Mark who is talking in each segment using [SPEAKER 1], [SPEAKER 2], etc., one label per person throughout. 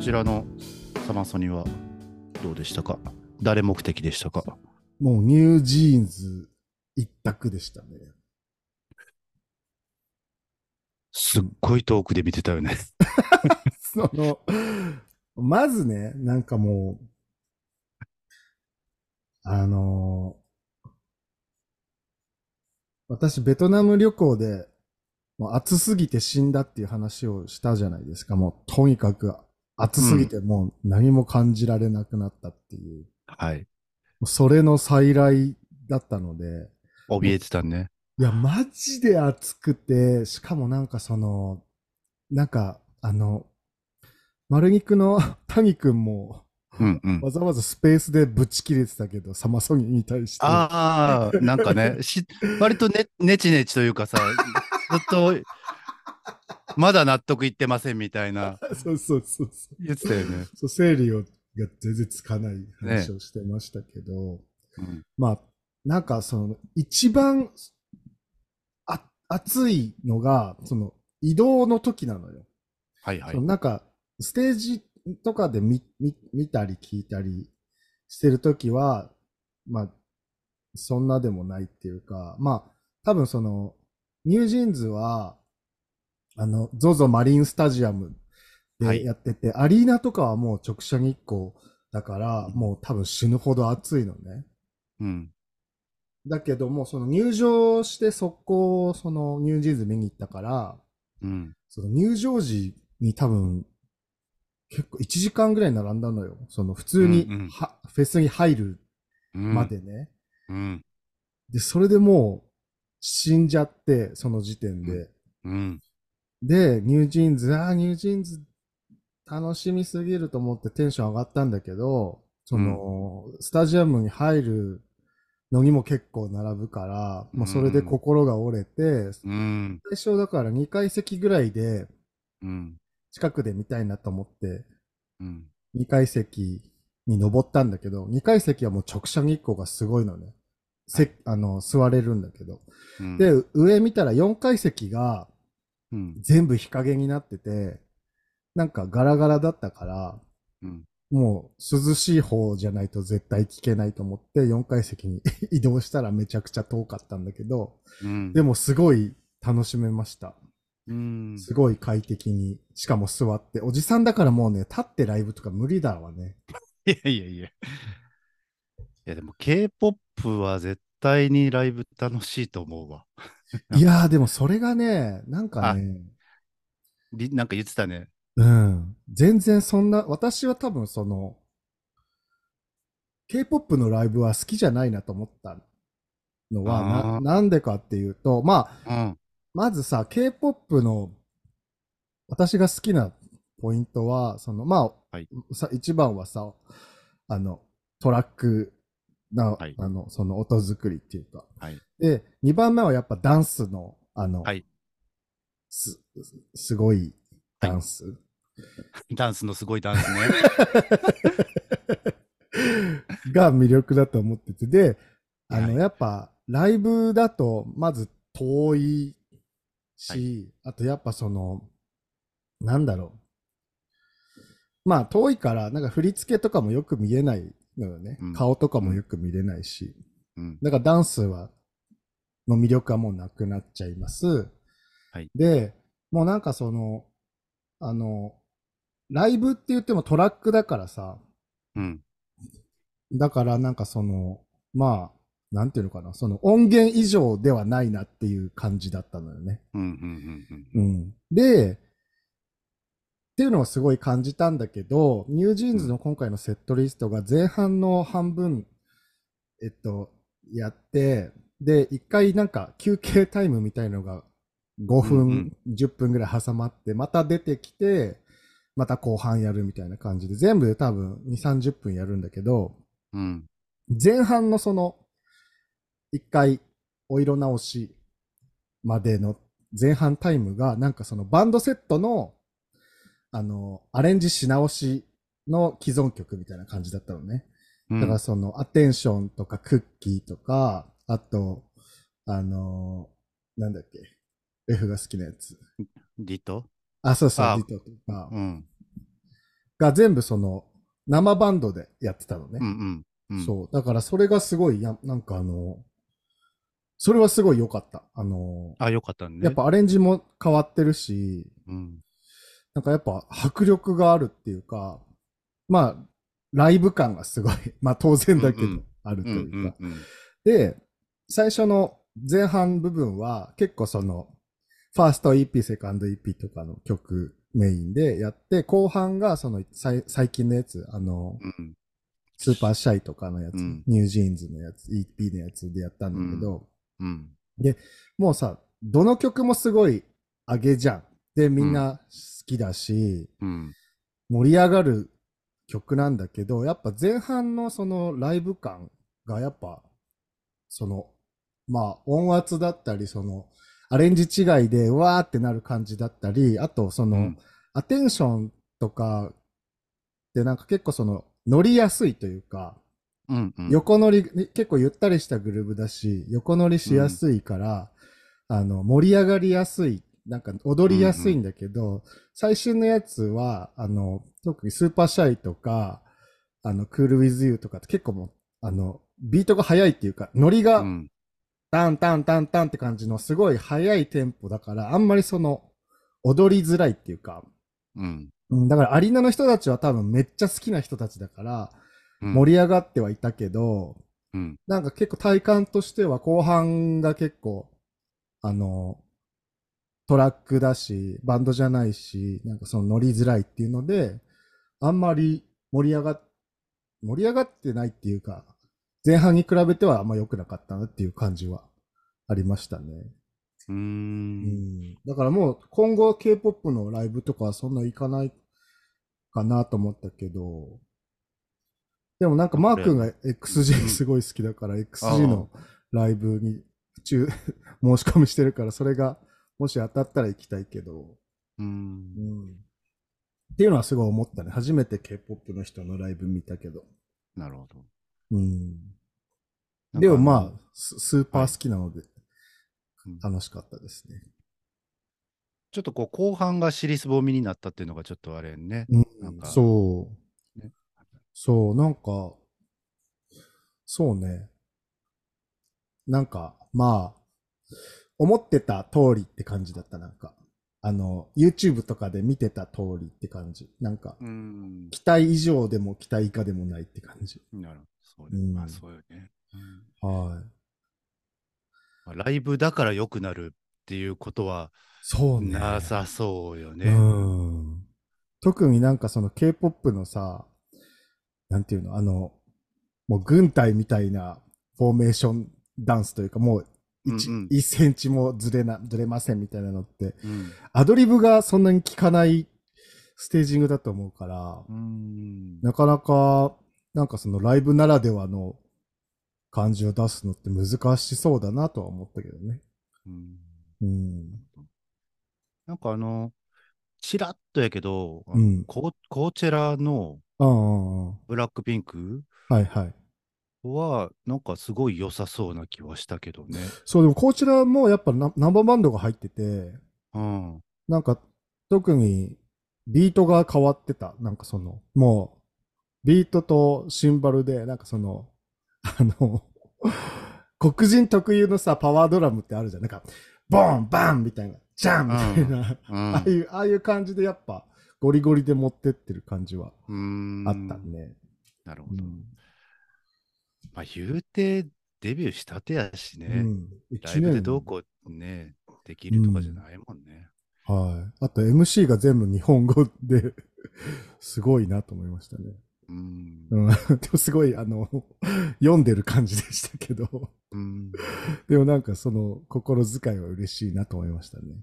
[SPEAKER 1] ちらのサマソニはどうでしたか誰目的でしたか
[SPEAKER 2] もうニュージーンズ一択でしたね。
[SPEAKER 1] すっごい遠くで見てたよ ね。
[SPEAKER 2] その、まずね、なんかもう、あのー私、ベトナム旅行で、もう暑すぎて死んだっていう話をしたじゃないですか。もう、とにかく暑すぎてもう何も感じられなくなったっていう。も
[SPEAKER 1] はい。
[SPEAKER 2] うそれの再来だったので、
[SPEAKER 1] 怯えてたね。
[SPEAKER 2] いや、マジで暑くて、しかもなんかその、なんか、あの、丸肉の 谷くんも、
[SPEAKER 1] うんうん。
[SPEAKER 2] わざわざスペースでぶち切れてたけど、サマソニーに対して。
[SPEAKER 1] ああ、なんかね、し割とね、ねちねちというかさ、ずっと、まだ納得いってませんみたいな、
[SPEAKER 2] そうそうそうそう。
[SPEAKER 1] 言ってたよね。
[SPEAKER 2] そう整理をが全然つかない話をしてましたけど、
[SPEAKER 1] うん
[SPEAKER 2] まあ、なんかその、一番あ暑いのが、その、移動の時なのよ。
[SPEAKER 1] はいはい
[SPEAKER 2] その。なんか、ステージとかで見見見たり聞いたりしてるときは、まあ、そんなでもないっていうか、まあ、多分その、ニュージーンズは、あの、ZOZO マリンスタジアム
[SPEAKER 1] はい
[SPEAKER 2] でやってて、アリーナとかはもう直射日光だから、もう多分死ぬほど暑いのね。
[SPEAKER 1] うん。
[SPEAKER 2] だけども、その入場して速攻、そのニュージーンズ見に行ったから、
[SPEAKER 1] うん。
[SPEAKER 2] その入場時に多分、結構1時間ぐらい並んだのよ。その普通に
[SPEAKER 1] うんうん
[SPEAKER 2] は、フェスに入る
[SPEAKER 1] うん
[SPEAKER 2] までね。
[SPEAKER 1] うん。
[SPEAKER 2] で、それでもう死んじゃって、その時点で。
[SPEAKER 1] うん。
[SPEAKER 2] で、ニュージーンズ、ああ、ニュージーンズ楽しみすぎると思ってテンション上がったんだけど、その、スタジアムに入るのにも結構並ぶから、もうそれで心が折れて、
[SPEAKER 1] うん。
[SPEAKER 2] 最初だから2階席ぐらいで
[SPEAKER 1] うん。
[SPEAKER 2] 近くで見たいなと思って、
[SPEAKER 1] うん。
[SPEAKER 2] 2階席に登ったんだけど、2階席はもう直射日光がすごいのね。せあの、座れるんだけど。
[SPEAKER 1] うん
[SPEAKER 2] で、、上見たら4階席が
[SPEAKER 1] うん。
[SPEAKER 2] 全部日陰になってて、なんかガラガラだったから、
[SPEAKER 1] うん
[SPEAKER 2] もう涼しい方じゃないと絶対聞けないと思って4階席に 移動したらめちゃくちゃ遠かったんだけど、
[SPEAKER 1] うん。
[SPEAKER 2] でもすごい楽しめました。
[SPEAKER 1] うん。
[SPEAKER 2] すごい快適に、しかも座って、おじさんだからもうね、立ってライブとか無理だわね。
[SPEAKER 1] いやいやいや。いやでも K-POP は絶対にライブ楽しいと思うわ。
[SPEAKER 2] いやー、でもそれがね、なんかね、
[SPEAKER 1] りなんか言ってたね。
[SPEAKER 2] うん。全然そんな、私は多分その、K-POP のライブは好きじゃないなと思ったの
[SPEAKER 1] あー
[SPEAKER 2] は、ななんでかっていうと、まあ、
[SPEAKER 1] うん。
[SPEAKER 2] まずさ、K-POP の、私が好きなポイントは、その、まあ、
[SPEAKER 1] はい
[SPEAKER 2] さ一番はさ、あの、トラックな、
[SPEAKER 1] はい
[SPEAKER 2] あの、その音作りっていうか。
[SPEAKER 1] はい
[SPEAKER 2] で、2番目はやっぱダンスの、あの、
[SPEAKER 1] はい
[SPEAKER 2] す、すごいダンス。
[SPEAKER 1] ダンスのすごいダンス ね。
[SPEAKER 2] が魅力だと思ってて、で、あの、
[SPEAKER 1] はい
[SPEAKER 2] やっぱ、ライブだと、まず遠いし、
[SPEAKER 1] は
[SPEAKER 2] あとやっぱその、なんだろう。まあ、遠いから、なんか振り付けとかもよく見えないのよね。
[SPEAKER 1] うん
[SPEAKER 2] 顔とかもよく見れないし。
[SPEAKER 1] うん。
[SPEAKER 2] だからダンスは、の魅力はもうなくなっちゃいます。
[SPEAKER 1] はい
[SPEAKER 2] で、もうなんかその、あの、ライブって言ってもトラックだからさ、
[SPEAKER 1] うん。
[SPEAKER 2] だからなんかその、まあ、なんていうのかな、その音源以上ではないなっていう感じだったのよね。
[SPEAKER 1] うん。うん。うん。うん
[SPEAKER 2] うん。で、っていうのはすごい感じたんだけど、ニュージーンズの今回のセットリストが前半の半分、えっと、やって、で、一回なんか休憩タイムみたいのが5分、
[SPEAKER 1] うんうん
[SPEAKER 2] 10分ぐらい挟まって、また出てきて、また後半やるみたいな感じで、全部で多分2、30分やるんだけど、
[SPEAKER 1] うん。
[SPEAKER 2] 前半のその、一回、お色直しまでの前半タイムが、なんかそのバンドセットの、あの、アレンジし直しの既存曲みたいな感じだったのね。
[SPEAKER 1] う
[SPEAKER 2] だ
[SPEAKER 1] ん
[SPEAKER 2] からその、アテンションとかクッキーとか、あと、あの、なんだっけ、F が好きなやつ。
[SPEAKER 1] リト
[SPEAKER 2] あ、そうそう
[SPEAKER 1] あ、
[SPEAKER 2] リトとか
[SPEAKER 1] うん。
[SPEAKER 2] が全部その、生バンドでやってたのね。
[SPEAKER 1] うんうん。うん、
[SPEAKER 2] そう。だからそれがすごいや、なんかあの、それはすごい良かった。あの、
[SPEAKER 1] あ、よかったね。
[SPEAKER 2] やっ、ぱアレンジも変わってるし、
[SPEAKER 1] うん。
[SPEAKER 2] なんかやっぱ迫力があるっていうか、まあ、ライブ感がすごい、 まあ当然だけど
[SPEAKER 1] うんうん、
[SPEAKER 2] あると
[SPEAKER 1] う
[SPEAKER 2] い
[SPEAKER 1] ん
[SPEAKER 2] うか。
[SPEAKER 1] うんうん。
[SPEAKER 2] で、最初の前半部分は結構その、ファースト EP、セカンド EP とかの曲メインでやって、後半がその最最近のやつ、あの、
[SPEAKER 1] うん
[SPEAKER 2] スーパーシャイとかのやつ、
[SPEAKER 1] うん
[SPEAKER 2] ニュージーンズのやつ、EP のやつでやったんだけど、
[SPEAKER 1] うん。
[SPEAKER 2] もうさ、どの曲もすごい上げじゃん。で、みんな好きだし、
[SPEAKER 1] うん。
[SPEAKER 2] 盛り上がる曲なんだけど、やっぱ前半のそのライブ感がやっぱ、その、まあ音圧だったり、その、アレンジ違いでうわーってなる感じだったり、あとその、
[SPEAKER 1] うん
[SPEAKER 2] アテンションとかでなんか結構その、乗りやすいというか、
[SPEAKER 1] うんうん。
[SPEAKER 2] 横乗り、結構ゆったりしたグルーブだし、横乗りしやすいから、あの、盛り上がりやすい、なんか踊りやすいんだけど、最新のやつは、あの、特にスーパーシャイとか、あの、クールウィズユーとかって結構もう、あの、ビートが速いっていうか、ノリ
[SPEAKER 1] う
[SPEAKER 2] が
[SPEAKER 1] ん
[SPEAKER 2] タンタンタンタンって感じのすごい速いテンポだから、あんまりその、踊りづらいっていうか、
[SPEAKER 1] うん。
[SPEAKER 2] うん、だからアリーナの人たちは多分めっちゃ好きな人たちだから、
[SPEAKER 1] うん
[SPEAKER 2] 盛り上がってはいたけど、
[SPEAKER 1] うん
[SPEAKER 2] なんか結構体感としては後半が結構、あの、トラックだし、バンドじゃないし、なんかその乗りづらいっていうので、あんまり盛り上がっ、盛り上がってないっていうか、前半に比べてはあんま良くなかったなっていう感じはありましたね。
[SPEAKER 1] う。
[SPEAKER 2] うんん。だからもう今後 K-POP のライブとかはそんな行かないかなと思ったけど、でもなんかマー君が XG すごい好きだから、XG のライブに中申し込みしてるから、それがもし当たったら行きたいけど、
[SPEAKER 1] うん
[SPEAKER 2] う。ん。っていうのはすごい思ったね。初めて K-POP の人のライブ見たけど。
[SPEAKER 1] なるほど。
[SPEAKER 2] うん。
[SPEAKER 1] なんか
[SPEAKER 2] でもまあ、ススーパー好きなので
[SPEAKER 1] うん
[SPEAKER 2] 楽しかったですね。
[SPEAKER 1] ちょっとこう、後半が尻すぼみになったっていうのがちょっとあれね。
[SPEAKER 2] うん
[SPEAKER 1] なんか
[SPEAKER 2] そう、
[SPEAKER 1] ね
[SPEAKER 2] そう、なんか、そうね。なんか、まあ、思ってた通りって感じだった、なんか。あの、YouTube とかで見てた通りって感じ。なんか、
[SPEAKER 1] うん。
[SPEAKER 2] 期待以上でも期待以下でもないって感じ。
[SPEAKER 1] なるほど。そう
[SPEAKER 2] う
[SPEAKER 1] ね。
[SPEAKER 2] ん
[SPEAKER 1] まあ、そうよね。うん
[SPEAKER 2] はい。
[SPEAKER 1] まあライブだから良くなるっていうことは
[SPEAKER 2] そうね。
[SPEAKER 1] なさそうよ
[SPEAKER 2] う
[SPEAKER 1] ね。
[SPEAKER 2] ん。特になんかその K-POP のさ、なんていうの、あの、もう軍隊みたいなフォーメーションダンスというか、もう 1,、
[SPEAKER 1] うんうん
[SPEAKER 2] 1センチもずれな、ずれませんみたいなのって、
[SPEAKER 1] うん。
[SPEAKER 2] アドリブがそんなに効かないステージングだと思うから、
[SPEAKER 1] うん。
[SPEAKER 2] なかなか、なんかそのライブならではの感じを出すのって難しそうだなとは思ったけどね。
[SPEAKER 1] うん
[SPEAKER 2] うん。
[SPEAKER 1] なんかあの、ちらっとやけど、あ
[SPEAKER 2] う
[SPEAKER 1] の
[SPEAKER 2] ん。
[SPEAKER 1] コーコーチェラの
[SPEAKER 2] ああああ、あ
[SPEAKER 1] ブラックピンク
[SPEAKER 2] あはいはい。
[SPEAKER 1] は、なんかすごい良さそうな気はしたけどね。
[SPEAKER 2] そう、でもこちらもやっぱナナンバーバンドが入ってて、
[SPEAKER 1] うん。
[SPEAKER 2] なんか特にビートが変わってた。なんかその、もう、ビートとシンバルで、なんかその、 あの、黒人特有のさ、パワードラムってあるじゃん。なんか、ボン、バンみたいな、ジャンみたいな、
[SPEAKER 1] う
[SPEAKER 2] ああいう、ああいう感じでやっぱ、ゴリゴリで持ってってる感じは
[SPEAKER 1] ん。
[SPEAKER 2] あっ
[SPEAKER 1] うーん
[SPEAKER 2] たね。
[SPEAKER 1] なるほ
[SPEAKER 2] う
[SPEAKER 1] ど。
[SPEAKER 2] ん。
[SPEAKER 1] まあ、言うて、デビューしたてやしね。
[SPEAKER 2] うん
[SPEAKER 1] ラ
[SPEAKER 2] 一
[SPEAKER 1] イブで
[SPEAKER 2] 年
[SPEAKER 1] どうこうね、できるとかじゃないもんね。
[SPEAKER 2] はい。あと MC が全部日本語で、 すごいなと思いましたね。
[SPEAKER 1] うん。
[SPEAKER 2] うん。 でもすごい、あの、 読んでる感じでしたけど、
[SPEAKER 1] うん。
[SPEAKER 2] でもなんかその心遣いは嬉しいなと思いましたね。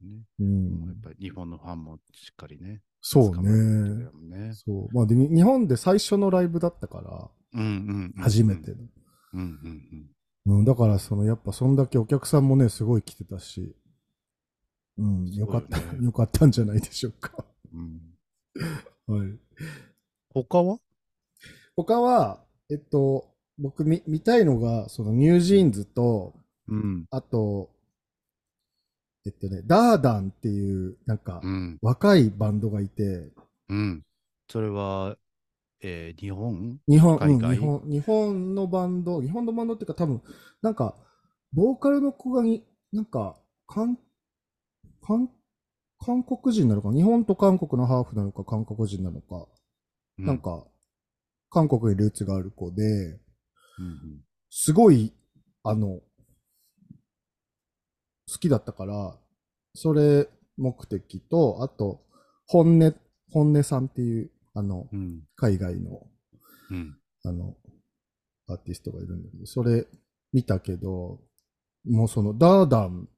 [SPEAKER 1] ね
[SPEAKER 2] う
[SPEAKER 1] もうやっ
[SPEAKER 2] ん。
[SPEAKER 1] ぱり日本のファンもしっかりね。
[SPEAKER 2] そう
[SPEAKER 1] 捕まえてくれ
[SPEAKER 2] ね
[SPEAKER 1] る。もんね。
[SPEAKER 2] そう。まあで、に日本で最初のライブだったか
[SPEAKER 1] うん
[SPEAKER 2] ら、
[SPEAKER 1] うんうん。
[SPEAKER 2] 初めて。の。
[SPEAKER 1] うんうん
[SPEAKER 2] うん、だからその、やっぱそんだけお客さんもね、すごい来てたし、うん、よかった、
[SPEAKER 1] そうよね
[SPEAKER 2] よかったんじゃないでしょうか。
[SPEAKER 1] うん。うん、
[SPEAKER 2] はい。
[SPEAKER 1] 他は
[SPEAKER 2] 他は、えっと、僕見見たいのが、そのニュージーンズと、
[SPEAKER 1] うん。
[SPEAKER 2] あと、えっとね、ダーダンっていう、なんか
[SPEAKER 1] う、ん。
[SPEAKER 2] 若いバンドがいて、
[SPEAKER 1] うん。それは、えー日本
[SPEAKER 2] 日本、
[SPEAKER 1] 海
[SPEAKER 2] うん
[SPEAKER 1] 外
[SPEAKER 2] 日本、日本のバンド、日本のバンドっていうか多分、なんか、ボーカルの子がに、なんか、韓、韓、韓国人なのか、日本と韓国のハーフなのか、韓国人なのか、
[SPEAKER 1] う
[SPEAKER 2] なんか、韓国にルーツがある子で、
[SPEAKER 1] うんうん
[SPEAKER 2] すごい、あの、好きだったから、それ目的と、あと、本音、本音さんっていう、あの、
[SPEAKER 1] うん
[SPEAKER 2] 海外の、
[SPEAKER 1] うん
[SPEAKER 2] あの、アーティストがいるんだけど、それ見たけど、もうその、ダーダン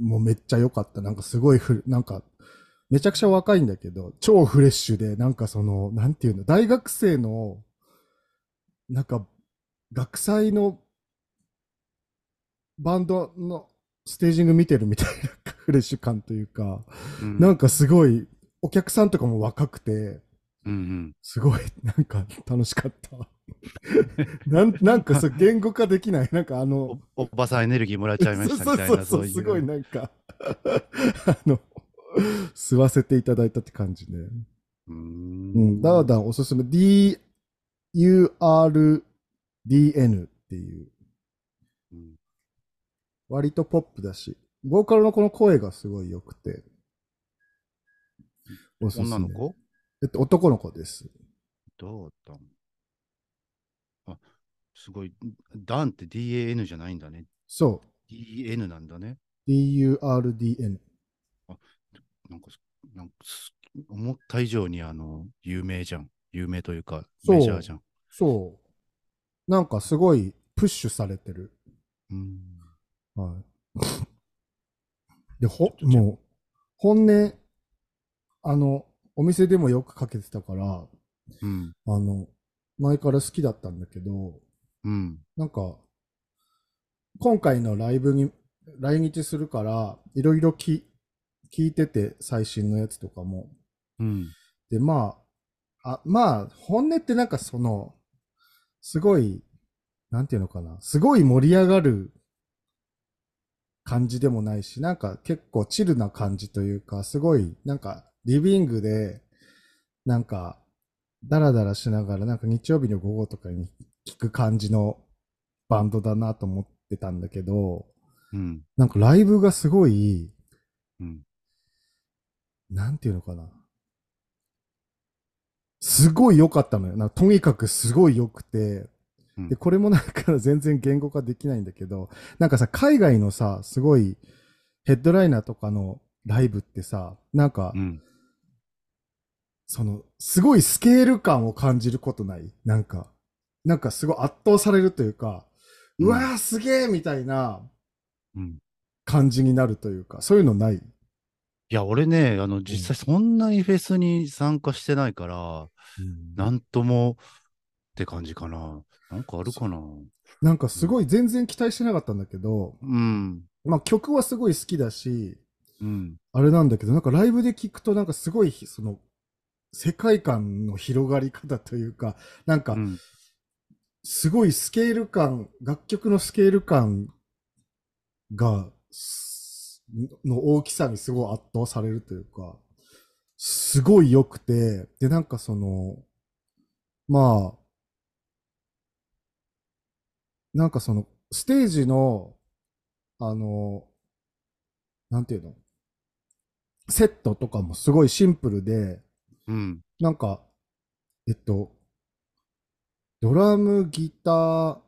[SPEAKER 2] もめっちゃ良かった。なんかすごいふ、なんか、めちゃくちゃ若いんだけど、超フレッシュで、なんかその、なんていうの、大学生の、なんか、学祭のバンドのステージング見てるみたいなフレッシュ感というか、
[SPEAKER 1] うん
[SPEAKER 2] なんかすごい、お客さんとかも若くて、
[SPEAKER 1] うんうん
[SPEAKER 2] すごい、 なんか楽しかった。 なんなんかそう言語化できない、 なんかあの、
[SPEAKER 1] おおばさんエネルギーもらっちゃいましたみたいな、
[SPEAKER 2] そうそうそうそう、すごいなんか、 あの、吸わせていただいたって感じね。
[SPEAKER 1] うー
[SPEAKER 2] うんん、ダーダンおすすめ、DURDN っていう、
[SPEAKER 1] うん
[SPEAKER 2] 割とポップだし、ボーカルのこの声がすごい良くて、おすすめ
[SPEAKER 1] 女の子
[SPEAKER 2] えっと、男の子です。
[SPEAKER 1] どうだあ、すごい。ダンって DAN じゃないんだね。
[SPEAKER 2] そ
[SPEAKER 1] DN なんだね。
[SPEAKER 2] う、DURDN。
[SPEAKER 1] なんかす、なんかす思った以上にあの、有名じゃん。有名というか、
[SPEAKER 2] そう
[SPEAKER 1] メジャーじゃん。
[SPEAKER 2] そう。なんかすごいプッシュされてる。
[SPEAKER 1] うん。
[SPEAKER 2] はい。で、ほ、
[SPEAKER 1] ちょっとじゃあ
[SPEAKER 2] もう、本音、あの、お店でもよくかけてたから、
[SPEAKER 1] うん。
[SPEAKER 2] あの、前から好きだったんだけど、
[SPEAKER 1] うん。
[SPEAKER 2] なんか、今回のライブに、来日するから、いろいろ聞、聞いてて、最新のやつとかも。
[SPEAKER 1] うん。
[SPEAKER 2] で、まあ、あ、まあ、本音ってなんかその、すごい、なんていうのかな、すごい盛り上がる感じでもないし、なんか結構チルな感じというか、すごい、なんかリビングで、なんか、ダラダラしながら、なんか日曜日の午後とかに聞く感じのバンドだなと思ってたんだけど、
[SPEAKER 1] うん。
[SPEAKER 2] なんかライブがすごい、
[SPEAKER 1] うん。
[SPEAKER 2] なんていうのかな。すごい良かったのよ。なんかとにかくすごい良くて、
[SPEAKER 1] うん
[SPEAKER 2] で、これもなんか全然言語化できないんだけど、なんかさ、海外のさ、すごいヘッドライナーとかのライブってさ、なんか、
[SPEAKER 1] うん。
[SPEAKER 2] その、すごいスケール感を感じることないなんか、なんかすごい圧倒されるというか、
[SPEAKER 1] うん
[SPEAKER 2] うわーすげーみたいな
[SPEAKER 1] うん。
[SPEAKER 2] 感じになるというか、そういうのない
[SPEAKER 1] いや、俺ね、あの、実際そんなにフェスに参加してないから、なんともって感じかな。なんかあるかな。
[SPEAKER 2] なんかすごい全然期待してなかったんだけど、
[SPEAKER 1] うん。
[SPEAKER 2] まあ曲はすごい好きだし、
[SPEAKER 1] うん。
[SPEAKER 2] あれなんだけど、なんかライブで聞くとなんかすごい、その、世界観の広がり方というか、なん
[SPEAKER 1] う
[SPEAKER 2] か
[SPEAKER 1] ん。
[SPEAKER 2] すごいスケール感、楽曲のスケール感が、すの大きさにすごい圧倒されるというか、すごい良くて、で、なんかその、まあ、なんかその、ステージの、あの、なんていうの、セットとかもすごいシンプルで、
[SPEAKER 1] うん。
[SPEAKER 2] なんか、えっと、ドラム、ギター、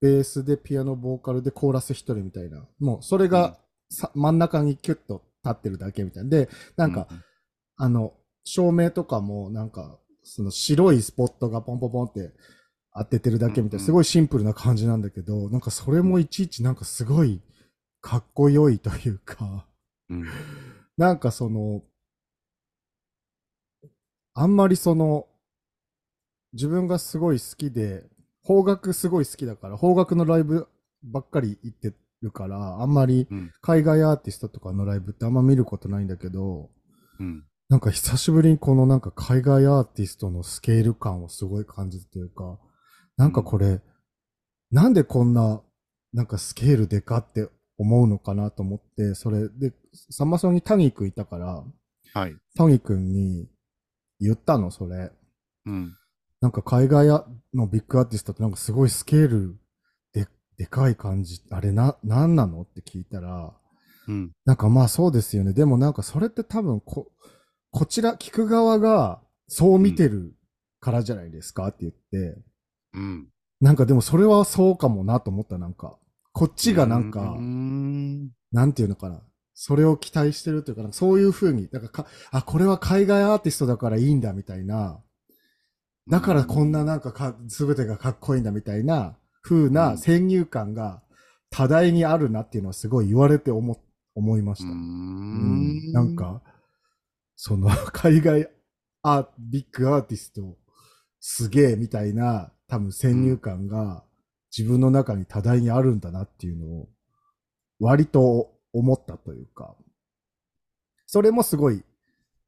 [SPEAKER 2] ベースでピアノ、ボーカルでコーラス一人みたいな。もう、それがさ、真ん中にキュッと立ってるだけみたいな。で、なんか、あの、照明とかも、なんか、その白いスポットがポンポンポンって当ててるだけみたい
[SPEAKER 1] うんう
[SPEAKER 2] な、
[SPEAKER 1] ん
[SPEAKER 2] すごいシンプルな感じなんだけど、なんかそれもいちいちなんかすごいかっこよいというか、
[SPEAKER 1] うん、うん。
[SPEAKER 2] なんかその、あんまりその、自分がすごい好きで、邦楽すごい好きだから、邦楽のライブばっかり行ってるから、あんまり
[SPEAKER 1] うん
[SPEAKER 2] 海外アーティストとかのライブってあんま見ることないんだけど、
[SPEAKER 1] うん。
[SPEAKER 2] なんか久しぶりにこのなんか海外アーティストのスケール感をすごい感じるというか、なんかこれ、なんでこんな、なんかスケールでかって思うのかなと思って、それで、サンマソンにタニー君いたから、
[SPEAKER 1] はい。
[SPEAKER 2] トニ君に言ったの、それ。
[SPEAKER 1] うん。
[SPEAKER 2] なんか海外のビッグアーティストってなんかすごいスケールででかい感じ、あれな、なんなのって聞いたら、
[SPEAKER 1] うん。
[SPEAKER 2] なんかまあそうですよね。でもなんかそれって多分こ、こちら、聞く側がそう見てるからじゃないですかって言って、
[SPEAKER 1] うん。
[SPEAKER 2] なんかでもそれはそうかもなと思った、なんか。こっちがなんか、
[SPEAKER 1] うーん。
[SPEAKER 2] なんていうのかな。それを期待してるというか、なんかそういう風に、だからか、あ、これは海外アーティストだからいいんだみたいな、だからこんななんかか、すべてがかっこいいんだみたいな風
[SPEAKER 1] う
[SPEAKER 2] なん先入観が多大にあるなっていうのはすごい言われて思、思いまし
[SPEAKER 1] う
[SPEAKER 2] た。
[SPEAKER 1] ー
[SPEAKER 2] うん
[SPEAKER 1] ん。
[SPEAKER 2] なん。か、その 海外アビッグアーティストすげえみたいな多分先入観が自分の中に多大にあるんだなっていうのを割と思ったというか、それもすごい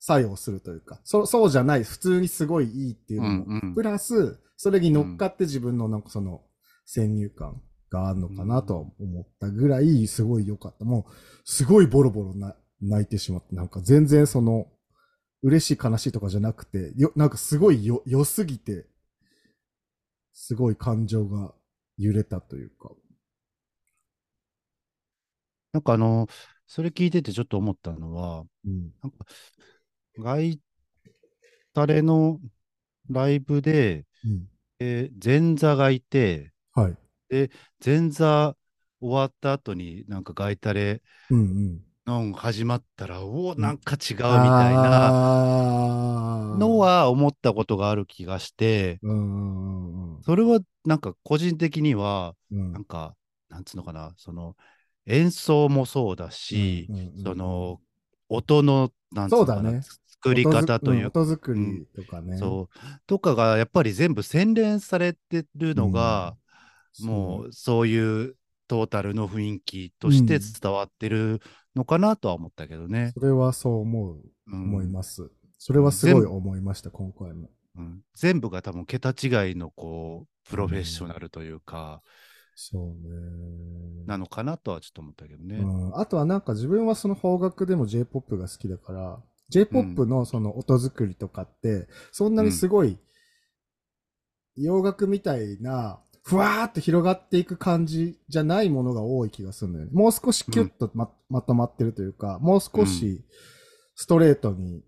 [SPEAKER 2] 作用するというか、そそうじゃない、普通にすごいいいっていう
[SPEAKER 1] う
[SPEAKER 2] の
[SPEAKER 1] ん
[SPEAKER 2] も、
[SPEAKER 1] うん
[SPEAKER 2] プ。ラスそれに乗っかって自分のなんかその先入観があるのかなとは思ったぐらいすごい良かったもうすごいボロボロな泣いてしまってなんか全然その嬉しい悲しいとかじゃなくてよなんかすごいよ良すぎてすごい感情が揺れたというか
[SPEAKER 1] なんかあの、それ聞いててちょっと思ったのは、
[SPEAKER 2] うん
[SPEAKER 1] なんか、外タレのライブで、
[SPEAKER 2] うん
[SPEAKER 1] えー前座がいて、
[SPEAKER 2] はい
[SPEAKER 1] 前座終わった後になんか外タレ
[SPEAKER 2] うんうん
[SPEAKER 1] の始まったら、おお、
[SPEAKER 2] ん
[SPEAKER 1] なんか違うみたいな
[SPEAKER 2] あー
[SPEAKER 1] のは思ったことがある気がして、
[SPEAKER 2] うんうんうん
[SPEAKER 1] それはなんか個人的には、
[SPEAKER 2] うん
[SPEAKER 1] なんか、なんつうのかな、その演奏もそうだし、
[SPEAKER 2] うんうんうん
[SPEAKER 1] その音の、なんつうのか
[SPEAKER 2] そうだ
[SPEAKER 1] な、
[SPEAKER 2] ね
[SPEAKER 1] 作り方というか
[SPEAKER 2] 音作り,、音作りとかね、
[SPEAKER 1] そうとかがやっぱり全部洗練されてるのが、もうそういうトータルの雰囲気として
[SPEAKER 2] うん
[SPEAKER 1] 伝わってるのかなとは思ったけどね。
[SPEAKER 2] それはそう思う、
[SPEAKER 1] うん
[SPEAKER 2] 思います。それはすごい思いました、今回も。
[SPEAKER 1] うん全部が多分桁違いのこうプロフェッショナルというか、
[SPEAKER 2] そうね。
[SPEAKER 1] なのかなとはちょっと思ったけどね。
[SPEAKER 2] うん、あとはなんか自分はその方角でも J-POP が好きだから、J-POP のその音作りとかって、そんなにすごい洋楽みたいな、ふわーっと広がっていく感じじゃないものが多い気がするのよね。もう少しキュッとま,、まとまってるというか、もう少しストレートに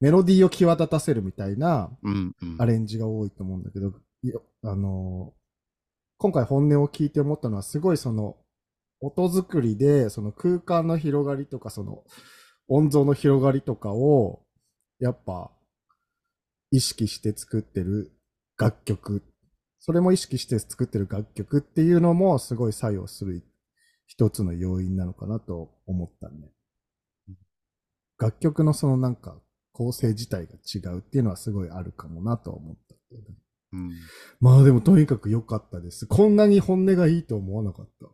[SPEAKER 2] メロディーを際立たせるみたいな
[SPEAKER 1] うんうん
[SPEAKER 2] アレンジが多いと思うんだけど、いやあのー今回本音を聞いて思ったのはすごいその音作りでその空間の広がりとかその音像の広がりとかをやっぱ意識して作ってる楽曲それも意識して作ってる楽曲っていうのもすごい作用する一つの要因なのかなと思ったね
[SPEAKER 1] うん。
[SPEAKER 2] 楽曲のそのなんか構成自体が違うっていうのはすごいあるかもなとは思ったけどね。
[SPEAKER 1] うん
[SPEAKER 2] まあでもとにかく良かったです。こんなに本音がいいと思わなかった。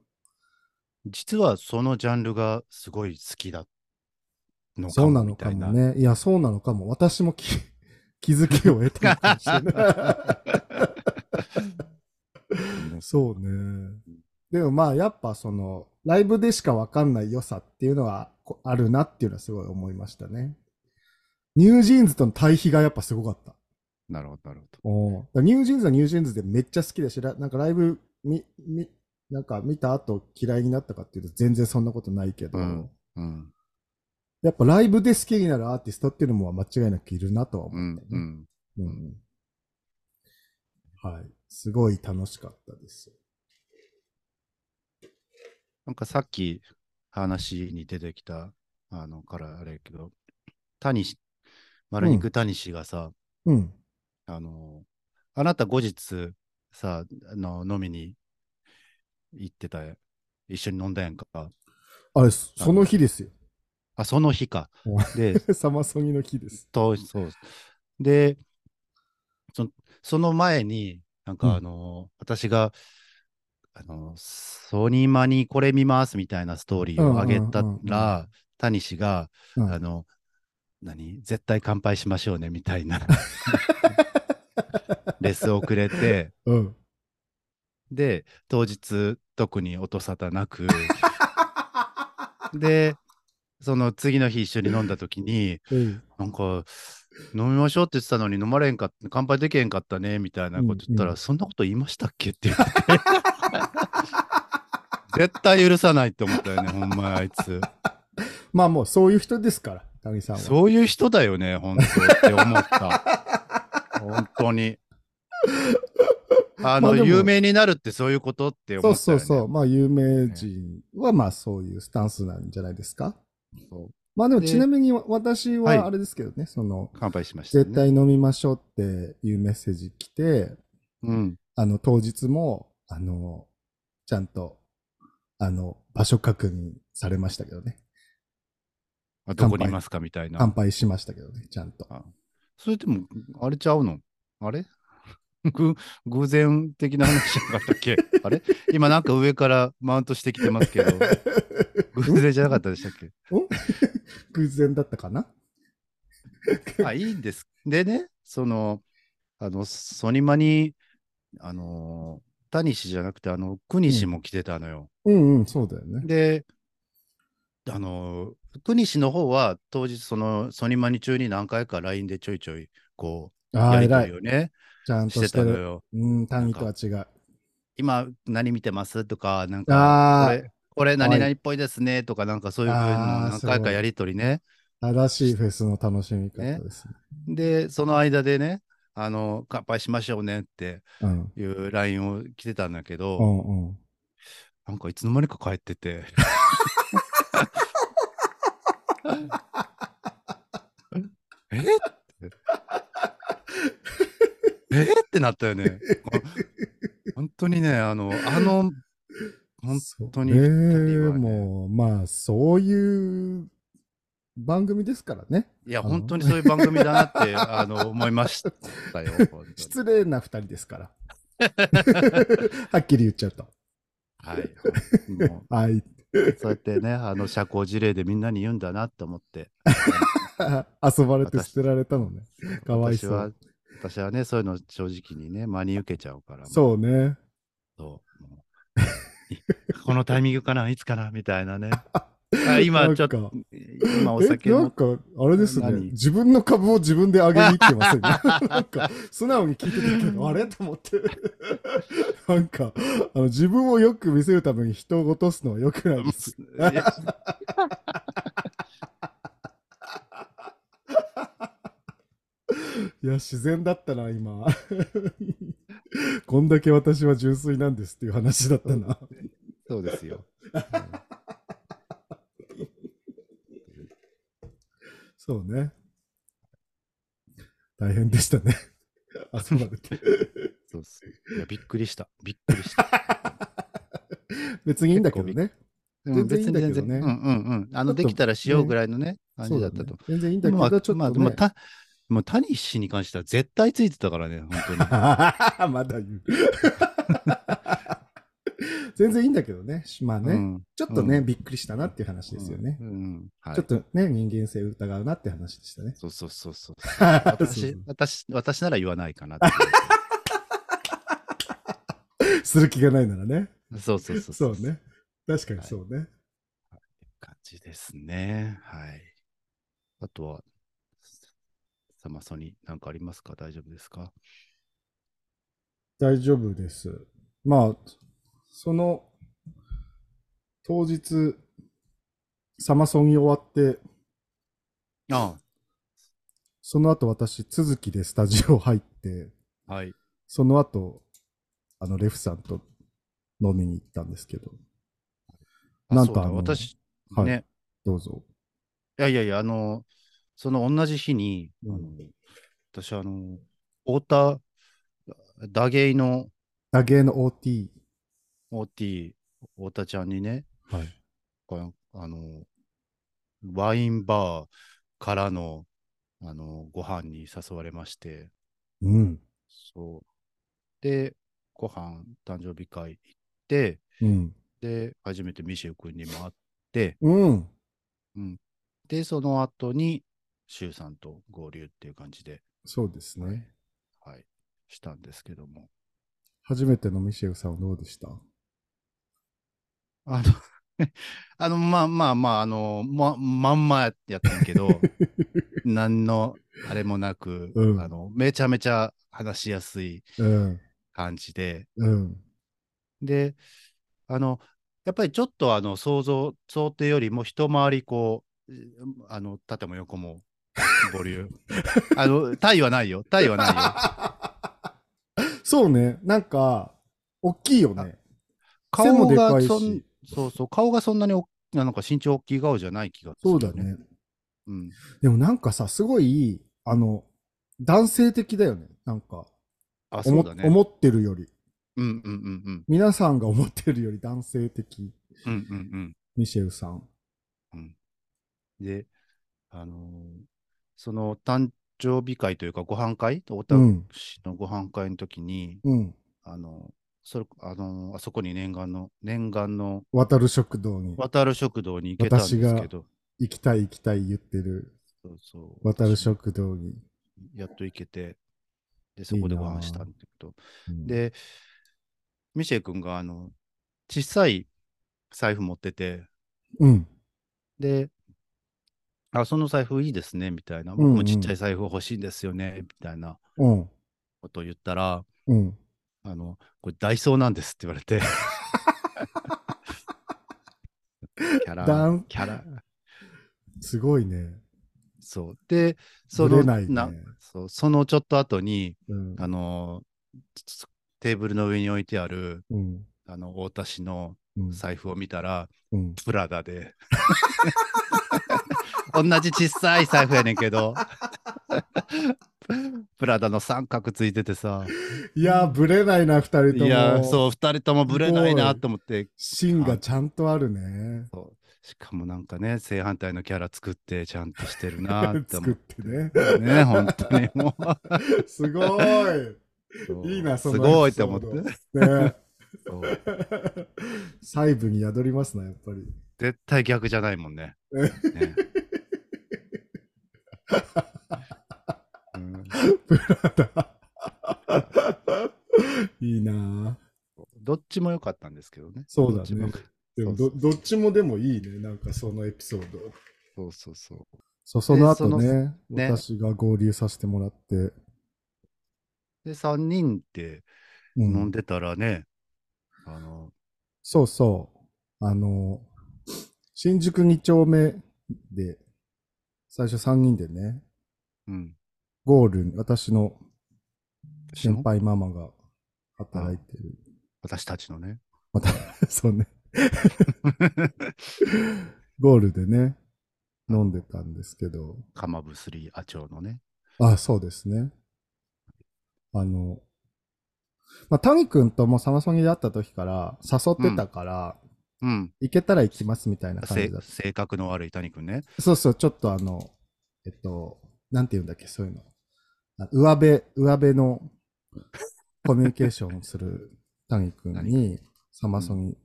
[SPEAKER 1] 実はそのジャンルがすごい好きだのか
[SPEAKER 2] そうな
[SPEAKER 1] も
[SPEAKER 2] の
[SPEAKER 1] みた
[SPEAKER 2] か
[SPEAKER 1] いな。
[SPEAKER 2] もね。いや、そうなのかも。私もき気 づきを得たのかもしれな い。そうね。でもまあやっぱそのライブでしかわかんない良さっていうのはこあるなっていうのはすごい思いましたね。ニュージーンズとの対比がやっぱすごかった。
[SPEAKER 1] なるほど、なるほど。
[SPEAKER 2] おニュージーンズはニュージーンズでめっちゃ好きだし、らなんかライブみみなんか見た後嫌いになったかっていうと全然そんなことないけど、
[SPEAKER 1] うんうん
[SPEAKER 2] やっぱライブで好きになるアーティストっていうのも間違いなくいるなとは
[SPEAKER 1] う
[SPEAKER 2] 思
[SPEAKER 1] ん
[SPEAKER 2] ったね。
[SPEAKER 1] うん。
[SPEAKER 2] うんうんはい。すごい楽しかったです。
[SPEAKER 1] なんかさっき話に出てきたあのからあれやけど、谷氏、丸肉谷氏がさ、
[SPEAKER 2] うん。
[SPEAKER 1] あの、あなた後日さ、あの飲みに行ってた、一緒に飲んだやんか。
[SPEAKER 2] あれ、そその日ですよ。
[SPEAKER 1] あ、その日か
[SPEAKER 2] お。
[SPEAKER 1] で、
[SPEAKER 2] サマソニの日です。
[SPEAKER 1] と、そう。で、そその前に、なん
[SPEAKER 2] うん
[SPEAKER 1] かあの、私が、あの、ソニマにこれ見ますみたいなストーリーを上げた
[SPEAKER 2] うんうんうんうん
[SPEAKER 1] ら、谷氏が、
[SPEAKER 2] うん
[SPEAKER 1] あの、何絶対乾杯しましょうねみたい なレスをくれて、
[SPEAKER 2] うん。
[SPEAKER 1] で、 当日、特に音沙汰なく、で、その次の日一緒に飲んだ時に、
[SPEAKER 2] うん
[SPEAKER 1] なんか、飲みましょうって言ってたのに飲まれんかっ乾杯できへんかったね、みたいなこと言った
[SPEAKER 2] うん
[SPEAKER 1] ら、
[SPEAKER 2] う
[SPEAKER 1] そんなこと言いましたっけって言ってて。 絶対許さないって思ったよね、ほんまあいつ。
[SPEAKER 2] まあもうそういう人ですから、高木さんは。
[SPEAKER 1] そういう人だよね、本当って思った。本当に。あの、
[SPEAKER 2] まあでも
[SPEAKER 1] 有名になるってそういうことって
[SPEAKER 2] そ
[SPEAKER 1] 思
[SPEAKER 2] う
[SPEAKER 1] った
[SPEAKER 2] そ
[SPEAKER 1] よ、
[SPEAKER 2] う
[SPEAKER 1] ね。
[SPEAKER 2] そう。まあ有名人はまあそういうスタンスなんじゃないですか。
[SPEAKER 1] そう
[SPEAKER 2] まあでも
[SPEAKER 1] で
[SPEAKER 2] ちなみに私
[SPEAKER 1] はい
[SPEAKER 2] はあれですけどね、その、
[SPEAKER 1] 乾杯しました、ね。
[SPEAKER 2] 絶対飲みましょうっていうメッセージ来て、
[SPEAKER 1] うん。
[SPEAKER 2] あの当日も、あの、ちゃんと、あの、場所確認されましたけどね。
[SPEAKER 1] あどこにいますかみたいな
[SPEAKER 2] 乾。杯しましたけどね、ちゃ んと。
[SPEAKER 1] それでも、あれちゃうのあれぐ偶然的な話じゃなかったっけ あれ今なんか上からマウントしてきてますけど、偶然じゃなかったでしたっけ
[SPEAKER 2] 偶然だったかな
[SPEAKER 1] あ、いいんです。でね、その、あの、ソニマに、あの、タニシじゃなくて、あの、クニシも来てたのよ。
[SPEAKER 2] うんうん、そうだよね。
[SPEAKER 1] で、あの、クニシの方は、当日、その、ソニマに中に何回か LINE でちょいちょい、こう、
[SPEAKER 2] あ
[SPEAKER 1] や
[SPEAKER 2] あ、
[SPEAKER 1] りと
[SPEAKER 2] 偉
[SPEAKER 1] り
[SPEAKER 2] い。
[SPEAKER 1] をね、
[SPEAKER 2] ちゃん
[SPEAKER 1] し
[SPEAKER 2] と
[SPEAKER 1] て
[SPEAKER 2] して
[SPEAKER 1] たの
[SPEAKER 2] る。
[SPEAKER 1] よ。
[SPEAKER 2] うん、単位とは違う。
[SPEAKER 1] 今、何見てますとか、なんか、こ
[SPEAKER 2] あ
[SPEAKER 1] れ、これ何
[SPEAKER 2] はい
[SPEAKER 1] 々っぽいですねとか、なんかそういうふうの
[SPEAKER 2] あー
[SPEAKER 1] 何回
[SPEAKER 2] すご
[SPEAKER 1] か
[SPEAKER 2] い
[SPEAKER 1] やりとりね。
[SPEAKER 2] あ、正しいフェスの楽しみ方ですね。
[SPEAKER 1] で、その間でね、あの、乾杯しましょうねって
[SPEAKER 2] うん。
[SPEAKER 1] いう LINE を来てたんだけど、
[SPEAKER 2] うんうん。
[SPEAKER 1] なんかいつの間にか帰って て。えってえってなったよね。本当にね、あの、あの、本当に
[SPEAKER 2] そ
[SPEAKER 1] 二
[SPEAKER 2] れ
[SPEAKER 1] 人はね
[SPEAKER 2] もう、まあ、そういう番組ですからね。
[SPEAKER 1] いや、
[SPEAKER 2] あの
[SPEAKER 1] 本当にそういう番組だな って、あの、思いましたよ。本当に
[SPEAKER 2] 失礼な二人です から。はっきり言っちゃうと。
[SPEAKER 1] はい。も
[SPEAKER 2] はい。
[SPEAKER 1] う、そうやってね、あの、社交辞令でみんなに言うんだなって思って。
[SPEAKER 2] 遊ばれて捨てられたのね。 かわい
[SPEAKER 1] 私
[SPEAKER 2] そ
[SPEAKER 1] は
[SPEAKER 2] う。、
[SPEAKER 1] 私はね、そういうの正直にね、真に受けちゃうから。
[SPEAKER 2] そうね。
[SPEAKER 1] そうもういこのタイミングかな、いつかな、みたい なね。あ今、ちょっと
[SPEAKER 2] なんか、
[SPEAKER 1] 今、お酒
[SPEAKER 2] え、なん
[SPEAKER 1] の。
[SPEAKER 2] か、あれですね。
[SPEAKER 1] 何
[SPEAKER 2] 自分の株を自分で上げに行ってません、 なんか、素直に聞いててけど、あれと思って。なんか、あの、自分をよく見せるために人を落とすのはよくない です。
[SPEAKER 1] いや
[SPEAKER 2] いや、自然だったな、今。 こんだけ私は純粋なんですっていう話だったな。
[SPEAKER 1] そうですよ。
[SPEAKER 2] そうね。大変でしたね。 遊ばれて。
[SPEAKER 1] そうです。いや、びっくりした。びっくりした。
[SPEAKER 2] 別にいいんだけどね。
[SPEAKER 1] で
[SPEAKER 2] 全然いいんだけどね
[SPEAKER 1] うんうんうん。あの、
[SPEAKER 2] ちょっと
[SPEAKER 1] できたらしようぐらいのね、感
[SPEAKER 2] そう
[SPEAKER 1] じだ
[SPEAKER 2] だ
[SPEAKER 1] った
[SPEAKER 2] ね
[SPEAKER 1] と。。
[SPEAKER 2] 全然いいんだけ
[SPEAKER 1] まあ
[SPEAKER 2] ど、ちょっ
[SPEAKER 1] まあ、
[SPEAKER 2] と
[SPEAKER 1] でも
[SPEAKER 2] ね。
[SPEAKER 1] た、もう、タニシに関しては絶対ついてたからね、本当に。
[SPEAKER 2] まだ言う。全然いいんだけどね。ま あね。
[SPEAKER 1] うん
[SPEAKER 2] ちょっとね、
[SPEAKER 1] うん
[SPEAKER 2] びっくりしたなっていう話ですよね。
[SPEAKER 1] うんうんはい。
[SPEAKER 2] ちょっとね、人間性疑うなって話でしたね
[SPEAKER 1] そうそうそうそう。
[SPEAKER 2] そう
[SPEAKER 1] 私
[SPEAKER 2] そう、
[SPEAKER 1] 私、私なら言わないかなってい
[SPEAKER 2] する気がないならね。
[SPEAKER 1] う。そうそうそう
[SPEAKER 2] そう。ね。確かにそうね。
[SPEAKER 1] 感じですね。はい。あとは、サマソニ何かありますか大丈夫ですか
[SPEAKER 2] 大丈夫です。まあ、その、当日、サマソンに終わって、
[SPEAKER 1] あ
[SPEAKER 2] その後私、続きでスタジオ入って、
[SPEAKER 1] あはい。
[SPEAKER 2] その後、あの、レフさんと飲みに行ったんですけど、
[SPEAKER 1] あ
[SPEAKER 2] なんと
[SPEAKER 1] そうだ
[SPEAKER 2] あの
[SPEAKER 1] 私、
[SPEAKER 2] はい
[SPEAKER 1] ね、
[SPEAKER 2] どうぞ。
[SPEAKER 1] いやいやいや、あの、その同じ日に、
[SPEAKER 2] うん
[SPEAKER 1] あの私、あの、太田、打芸の
[SPEAKER 2] 打芸の OT。
[SPEAKER 1] OT、太田ちゃんにね、
[SPEAKER 2] はい。
[SPEAKER 1] こあの、ワインバーからの、あの、ご飯に誘われまして、
[SPEAKER 2] うん。
[SPEAKER 1] そう。で、ご飯、誕生日会行って、
[SPEAKER 2] うん。
[SPEAKER 1] で、初めてミシェウ君にも会って、
[SPEAKER 2] うん。
[SPEAKER 1] で、その後に、シュウさんと合流っていう感じで、
[SPEAKER 2] そうですね。
[SPEAKER 1] はい、したんですけども。
[SPEAKER 2] 初めてのミシェルさんはどうでした
[SPEAKER 1] あの、 あの、まあまあまあ、あの、ま、まんまやったんやけ ど、何のあれもなく、
[SPEAKER 2] うん
[SPEAKER 1] あの、めちゃめちゃ話しやすい
[SPEAKER 2] うん。
[SPEAKER 1] 感じで、
[SPEAKER 2] うん。
[SPEAKER 1] で、あの、やっぱりちょっとあの、想像、想定よりも一回りこう、あの、縦も横も、ボリュー ム。あの、タイはないよ。タイはないよ。
[SPEAKER 2] そうね。なんか、大きいよね。 背も
[SPEAKER 1] 顔
[SPEAKER 2] でか
[SPEAKER 1] が
[SPEAKER 2] い
[SPEAKER 1] そん
[SPEAKER 2] し。
[SPEAKER 1] そうそう、顔がそんなにおなんか身長大きい顔じゃない気がする、
[SPEAKER 2] そうだ。ね。
[SPEAKER 1] うん。
[SPEAKER 2] でもなんかさ、すごい、あの、男性的だよね。なんか、
[SPEAKER 1] あ、そ
[SPEAKER 2] 思
[SPEAKER 1] う
[SPEAKER 2] っ
[SPEAKER 1] だね。
[SPEAKER 2] 思ってるより。
[SPEAKER 1] うんうんうんうん。
[SPEAKER 2] 皆さんが思ってるより男性的。
[SPEAKER 1] うんうんうん。
[SPEAKER 2] ミシェルさん。
[SPEAKER 1] で、あのーその誕生日会というか、ご飯会と、おた
[SPEAKER 2] うん。
[SPEAKER 1] しのご飯会の時に、
[SPEAKER 2] うん。
[SPEAKER 1] あのそれ、あのーあそこに念願の、念願の
[SPEAKER 2] 渡る食堂に
[SPEAKER 1] 渡る食堂に行けたんですけど、
[SPEAKER 2] 行きたい行きたい言ってる
[SPEAKER 1] そうそう。
[SPEAKER 2] 渡る
[SPEAKER 1] 私も
[SPEAKER 2] 食堂に。
[SPEAKER 1] やっと行けて、で、そこでご飯したんだけど、
[SPEAKER 2] うん、
[SPEAKER 1] で、ミシェル君が、あの、小さい財布持ってて、
[SPEAKER 2] うん。
[SPEAKER 1] で、あ、その財布いいですね、みたいな。
[SPEAKER 2] んうん
[SPEAKER 1] 僕もちっちゃい財布欲しいんですよね、みたいな
[SPEAKER 2] うん。
[SPEAKER 1] ことを言ったら、
[SPEAKER 2] うん。
[SPEAKER 1] あの、これダイソーなんですって言われて。 キャ
[SPEAKER 2] ダ
[SPEAKER 1] ラ
[SPEAKER 2] ン、
[SPEAKER 1] キャラ、
[SPEAKER 2] すごいね。
[SPEAKER 1] そう。で、その、
[SPEAKER 2] ぶれないね
[SPEAKER 1] そうそのちょっと後に、
[SPEAKER 2] うん。
[SPEAKER 1] あの、つテーブルの上に置いてある、
[SPEAKER 2] うん。
[SPEAKER 1] あの、太田市の
[SPEAKER 2] うん。
[SPEAKER 1] 財布を見たら、
[SPEAKER 2] うん。
[SPEAKER 1] プラダで。 同じ小さい財布やねんけど。プラダの三角ついててさ。
[SPEAKER 2] いやー、ぶれないな、二人とも。。
[SPEAKER 1] いや、そうう、二人ともブレないなと思って。
[SPEAKER 2] 芯がちゃんとあるね。
[SPEAKER 1] しかもなんかね、正反対のキャラ作ってちゃんとしてるな って思っ。
[SPEAKER 2] 作っててね。
[SPEAKER 1] ね、本当にも。
[SPEAKER 2] すごいう いいな、そ
[SPEAKER 1] す
[SPEAKER 2] の
[SPEAKER 1] ごい
[SPEAKER 2] エ
[SPEAKER 1] って
[SPEAKER 2] ピソ
[SPEAKER 1] 思
[SPEAKER 2] ー
[SPEAKER 1] って
[SPEAKER 2] ド。ね
[SPEAKER 1] そう
[SPEAKER 2] 細部に宿りますな、やっぱり。
[SPEAKER 1] 絶対逆じゃないもんね。 ねうん
[SPEAKER 2] プラダ。いいなぁ
[SPEAKER 1] どっちも良かったんですけどね。
[SPEAKER 2] そうだ
[SPEAKER 1] どっちも
[SPEAKER 2] ね。でも
[SPEAKER 1] そう
[SPEAKER 2] ど、どっちもでもいいね、なんかそのエピソード。
[SPEAKER 1] そうそうそう。
[SPEAKER 2] そう、その後
[SPEAKER 1] そ
[SPEAKER 2] ね、
[SPEAKER 1] ね
[SPEAKER 2] 私が合流させてもらって、
[SPEAKER 1] で、3人で
[SPEAKER 2] う
[SPEAKER 1] 飲んでたらね、あの、
[SPEAKER 2] そうそう、あの、新宿2丁目で、最初3人でね、
[SPEAKER 1] うん。
[SPEAKER 2] ゴールに、私の先輩ママが働いてる。
[SPEAKER 1] 私たちのね。
[SPEAKER 2] また、 そうね、ゴールでね、飲んでたんですけど、
[SPEAKER 1] かまぶすりアチョウのね。
[SPEAKER 2] あ、そうですね。あの、まあ、谷君ともサマソニで会った時から誘ってたから、
[SPEAKER 1] うん。
[SPEAKER 2] 行けたら行きますみたいな感
[SPEAKER 1] せ
[SPEAKER 2] じだっ
[SPEAKER 1] 性格の悪い谷くんね。
[SPEAKER 2] た。そうそう、ちょっとあの、えっと、なんて言うんだっけ、そういうの。あ上辺、上辺のコミュニケーションをする谷君にサマソニ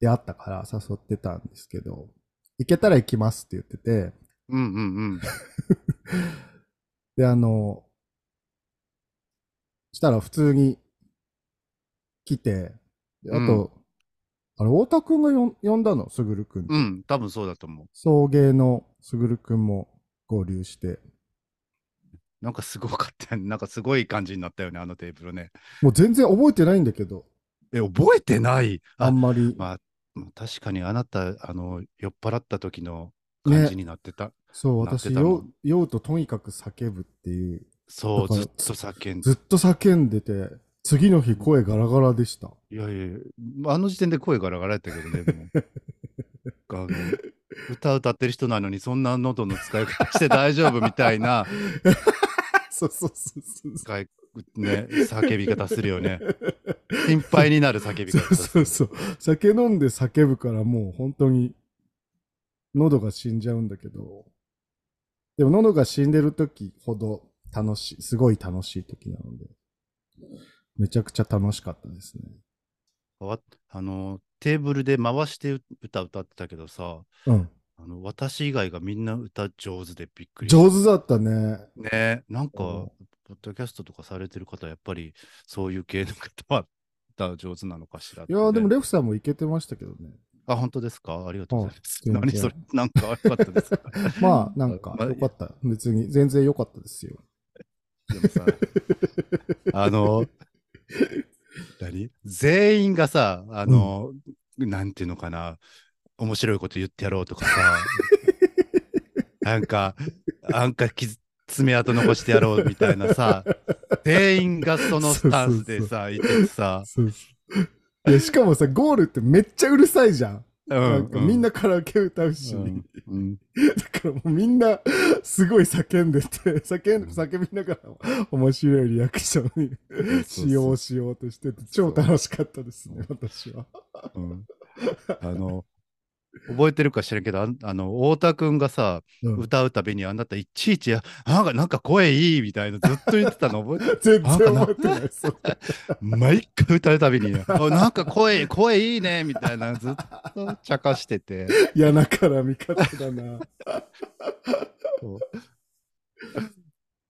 [SPEAKER 2] で会ったから誘ってたんですけど、行けたら行きますって言ってて、
[SPEAKER 1] うんうん
[SPEAKER 2] で、あの、したら普通に来て、であと、あれ、太田くんがよ呼んだの、すぐるくんって。
[SPEAKER 1] うん。うん。多分そうだと思う。
[SPEAKER 2] 送迎のすぐるくんも合流して、
[SPEAKER 1] なんかすごかった よね。なんかすごい感じになったよね、あのテーブルね。
[SPEAKER 2] もう全然覚えてないんだけど、
[SPEAKER 1] え、覚えてない
[SPEAKER 2] あ
[SPEAKER 1] あ、
[SPEAKER 2] んまり。
[SPEAKER 1] まあ、確かにあなた、あの、酔っ払った時の
[SPEAKER 2] ね
[SPEAKER 1] 感じになってた。
[SPEAKER 2] そう、
[SPEAKER 1] なって
[SPEAKER 2] 私、
[SPEAKER 1] たもん
[SPEAKER 2] 酔う酔うととにかく叫ぶっていう、
[SPEAKER 1] そう、
[SPEAKER 2] だから
[SPEAKER 1] ずっと叫んで
[SPEAKER 2] ずっと叫んでて、次の日声ガラガラでした。
[SPEAKER 1] いやいやいや、あの時点で声ガラガラやったけどね、 もうあの歌歌ってる人なのに、そんな喉の使い方して大丈夫みたいな
[SPEAKER 2] そうそうそうそうそう。
[SPEAKER 1] 使い、ね、叫び方するよね。心配になる叫び
[SPEAKER 2] そ
[SPEAKER 1] 方
[SPEAKER 2] う
[SPEAKER 1] す
[SPEAKER 2] そう
[SPEAKER 1] る。
[SPEAKER 2] そう。酒飲んで叫ぶからもう本当に喉が死んじゃうんだけど、でも喉が死んでる時ほど楽しい、すごい楽しい時なので、めちゃくちゃ楽しかったですね。
[SPEAKER 1] わあのテーブルで回して歌歌ってたけどさ、
[SPEAKER 2] うん。
[SPEAKER 1] あの私以外がみんな歌上手でびっくりした。
[SPEAKER 2] 上手だったね。
[SPEAKER 1] ねなんか、
[SPEAKER 2] うん
[SPEAKER 1] ポッドキャストとかされてる方、やっぱりそういう系の方は歌上手なのかしらって
[SPEAKER 2] い
[SPEAKER 1] ね、
[SPEAKER 2] やーでもレフさんもいけてましたけどね。
[SPEAKER 1] あ、本当ですかありがとうございます。
[SPEAKER 2] うん
[SPEAKER 1] 何それなんか悪かったですか
[SPEAKER 2] まあ、なんか、
[SPEAKER 1] まあ
[SPEAKER 2] よかった。別に、全然良かったですよ。
[SPEAKER 1] でもさ、あの、何全員がさ、あの、なんていうのかな、面白いこと言ってやろうとかさ、 なんか、なんか傷爪痕残してやろうみたいなさ、全員がそのスタンスでさ、いててさ、
[SPEAKER 2] そうそういやしかもさ、ゴールってめっちゃうるさいじゃん。
[SPEAKER 1] う
[SPEAKER 2] なんかみんなカラオケ歌うし、
[SPEAKER 1] うんうん
[SPEAKER 2] だからもうみんなすごい叫んでて、 叫ん
[SPEAKER 1] うん
[SPEAKER 2] 叫びながら面白いリアクションに
[SPEAKER 1] そうそう
[SPEAKER 2] しようしようとしてて、超楽しかったですね、私は。
[SPEAKER 1] うんあの、覚えてるか知らんけど、あんあの、太田くんがさ、
[SPEAKER 2] うん
[SPEAKER 1] 歌うたびにあなたいちいち、あなんか、なんか声いいみたいなずっと言ってたの覚え てる
[SPEAKER 2] 全然覚えてない。そう
[SPEAKER 1] 毎回歌うたびに、あなんか声、声いいねみたいなずっと茶化してて。
[SPEAKER 2] 嫌な絡み方だな。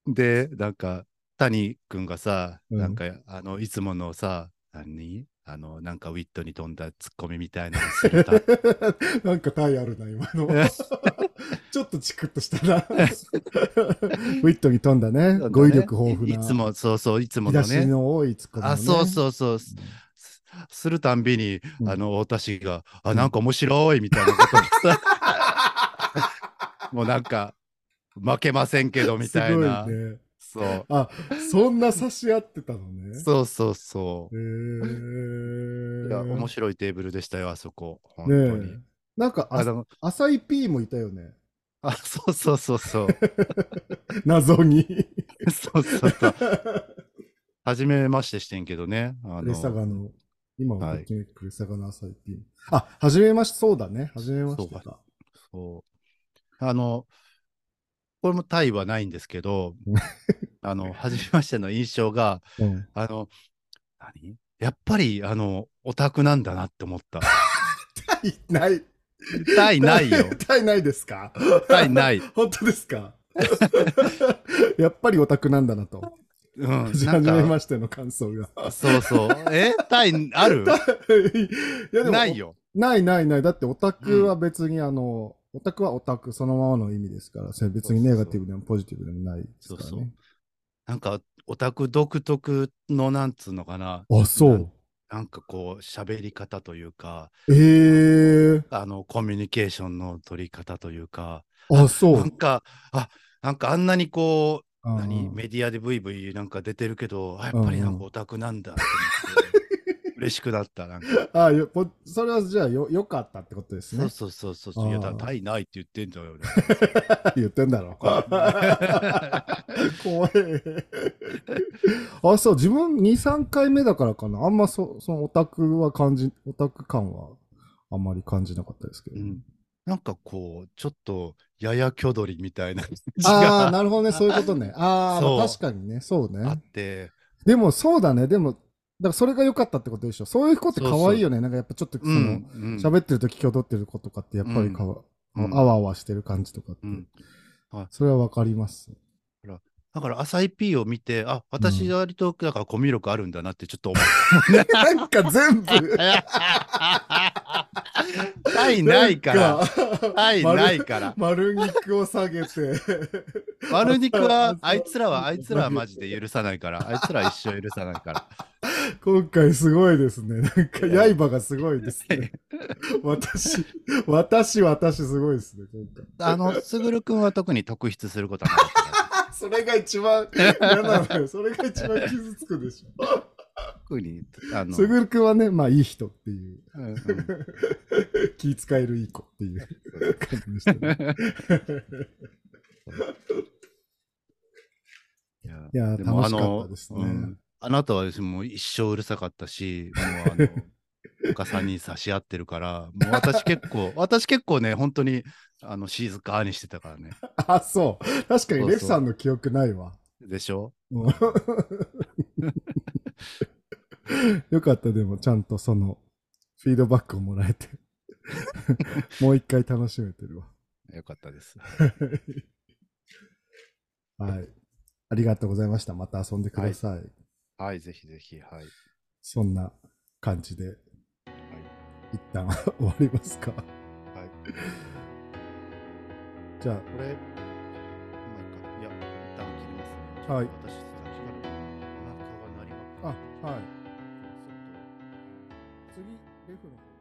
[SPEAKER 1] で、なんか、谷くんがさ、
[SPEAKER 2] うん
[SPEAKER 1] なんか、あの、いつものさ、何あの、なんかウィットに飛んだツッコミみたいなのするた
[SPEAKER 2] なんか体あるな、今の。 ちょっとチクッ としたな。ウィットに飛んだね。 語彙力豊富
[SPEAKER 1] い
[SPEAKER 2] な。
[SPEAKER 1] いつも、そうそう、いつも
[SPEAKER 2] 引
[SPEAKER 1] の
[SPEAKER 2] き出し
[SPEAKER 1] ね。
[SPEAKER 2] の多いツッコミ、ね。
[SPEAKER 1] あ、そうそうそう。すするたんびに、
[SPEAKER 2] うん
[SPEAKER 1] あの、私が、
[SPEAKER 2] う
[SPEAKER 1] あ、
[SPEAKER 2] ん
[SPEAKER 1] なんか面白いみたいなこと をさ、もうなんか、負けませんけどみたいな。
[SPEAKER 2] すごいね。
[SPEAKER 1] そう。
[SPEAKER 2] あ、そんな差し合ってたのね。
[SPEAKER 1] そうそうそう
[SPEAKER 2] へ。ー。
[SPEAKER 1] いや、面白いテーブルでしたよ、あそこ。本当
[SPEAKER 2] ね
[SPEAKER 1] に
[SPEAKER 2] え。。なんか
[SPEAKER 1] あ
[SPEAKER 2] あ、
[SPEAKER 1] の
[SPEAKER 2] 浅い P もいたよね。
[SPEAKER 1] あ、そうそうそう そう。
[SPEAKER 2] 謎 に。
[SPEAKER 1] そうそうそう。はじめましてしてんけどね。あ
[SPEAKER 2] レサ
[SPEAKER 1] の、
[SPEAKER 2] ガの、今は
[SPEAKER 1] はい
[SPEAKER 2] ときめくレサガの浅い P。あ、はじめまして、そうだね。はじめまして
[SPEAKER 1] そう
[SPEAKER 2] か。
[SPEAKER 1] そうあの、これもタイはないんですけ ど
[SPEAKER 2] うん、
[SPEAKER 1] あの、はじめましての印象が、
[SPEAKER 2] うん
[SPEAKER 1] あの、何やっぱり、あの、オタクなんだなって思 った。
[SPEAKER 2] ない、ない。
[SPEAKER 1] タイない よ。
[SPEAKER 2] タイないですか
[SPEAKER 1] タイない。
[SPEAKER 2] 本当ですか やっぱりオタクなんだなと。
[SPEAKER 1] うん。
[SPEAKER 2] じゃあ、
[SPEAKER 1] な
[SPEAKER 2] はじめ
[SPEAKER 1] ん
[SPEAKER 2] ましての感想が。
[SPEAKER 1] か、そうそう。えタイある
[SPEAKER 2] いやでも
[SPEAKER 1] ないよ。
[SPEAKER 2] ないないない。だってオタクは別に、あの、オタクはオタクそのままの意味ですから、それ別にネガティブでもポジティブでもないですからね。
[SPEAKER 1] そうそうなんか、オタク独特の、なんつうのかな。
[SPEAKER 2] あ、そう。
[SPEAKER 1] なんかこう、喋り方というか、
[SPEAKER 2] ええ
[SPEAKER 1] あの、コミュニケーションの取り方というか、
[SPEAKER 2] あ、そ
[SPEAKER 1] な。
[SPEAKER 2] うん
[SPEAKER 1] か、あ、なんかあんなにこう、何
[SPEAKER 2] うん
[SPEAKER 1] メディアでブイブイなんか出てるけど、あやっぱりなんかオタクなんだって思 って、嬉しくなった、なんか。
[SPEAKER 2] あよぽそれはじゃあよ、よかったってことです
[SPEAKER 1] そう
[SPEAKER 2] ね。
[SPEAKER 1] そうそうそうそう。いや、
[SPEAKER 2] あ
[SPEAKER 1] だ
[SPEAKER 2] ー
[SPEAKER 1] タイないって言ってんだよ、ね。
[SPEAKER 2] 言ってんだろ。
[SPEAKER 1] 怖い
[SPEAKER 2] 怖い。あ、そう、自分2、3回目だからかな。あんまそ、そのオタクは感じ、オタク感はあんまり感じなかったですけど。
[SPEAKER 1] うんなんかこう、ちょっと、ややきょどりみたいな感じ
[SPEAKER 2] ああ、
[SPEAKER 1] が
[SPEAKER 2] なるほどね。そういうことね。ああ、
[SPEAKER 1] そう
[SPEAKER 2] まあ確かにね。そう
[SPEAKER 1] あっ
[SPEAKER 2] ね。
[SPEAKER 1] て、
[SPEAKER 2] でもそうだね。でも、だからそれが良かったってことでしょ。そういう子って可愛いよね。なんかやっぱちょっとその、
[SPEAKER 1] うん
[SPEAKER 2] 喋ってる時き踊ってる子とかってやっぱりかわ、
[SPEAKER 1] うんうん
[SPEAKER 2] あわあわしてる感じとかって、
[SPEAKER 1] うんはい
[SPEAKER 2] それはわか ります。
[SPEAKER 1] だから、朝 IP を見て、あ、私割と、だからコミュ力あるんだなってちょっと思 っ
[SPEAKER 2] なんか全部
[SPEAKER 1] た。タイないから。タイないから。
[SPEAKER 2] 丸肉を下げて。
[SPEAKER 1] 悪肉は
[SPEAKER 2] あ、
[SPEAKER 1] あいつらは、あいつらはマジで許さないから。あいつらは一生許さないから。
[SPEAKER 2] 今回すごいですね。なんか
[SPEAKER 1] いや
[SPEAKER 2] 刃がすごいです ね。私、私、私すごいですね、今回。
[SPEAKER 1] あの、すぐるくんは特に特筆することはなかったから。
[SPEAKER 2] あそれが一番嫌なのよ。 それが一番傷つくでしょ。
[SPEAKER 1] 特に、あの、
[SPEAKER 2] すぐるくんはね、まあいい人っていう。
[SPEAKER 1] うんうん
[SPEAKER 2] 気使えるいい子っていう感じでしたね。
[SPEAKER 1] いや
[SPEAKER 2] いやー
[SPEAKER 1] でも
[SPEAKER 2] 楽しかったですね
[SPEAKER 1] あのうんあなたはですねもう一生うるさかったし、もうあの、 お母さんに差し合ってるから、もう私結 構、私結構ね、本当に、あの、静かにしてたからね。
[SPEAKER 2] あ、そう。確か
[SPEAKER 1] そうそ
[SPEAKER 2] に
[SPEAKER 1] う
[SPEAKER 2] レフさんの記憶ないわ。
[SPEAKER 1] でしょ
[SPEAKER 2] うん よかった、でも、ちゃんとその、フィードバックをもら えて。もう一回楽しめてるわ。
[SPEAKER 1] よかったです。
[SPEAKER 2] はい。ありがとうございました。また遊んでください。
[SPEAKER 1] はい、ぜひぜひ、はい。
[SPEAKER 2] そんな感じで。一旦 終わりますか。
[SPEAKER 1] はい。
[SPEAKER 2] じゃあ、
[SPEAKER 1] これ、なんか、いや、一旦切りますね。
[SPEAKER 2] はい
[SPEAKER 1] 私、さっきからお腹が鳴りまくって
[SPEAKER 2] あ、はい。
[SPEAKER 1] ちょっと
[SPEAKER 2] 次、レフの方。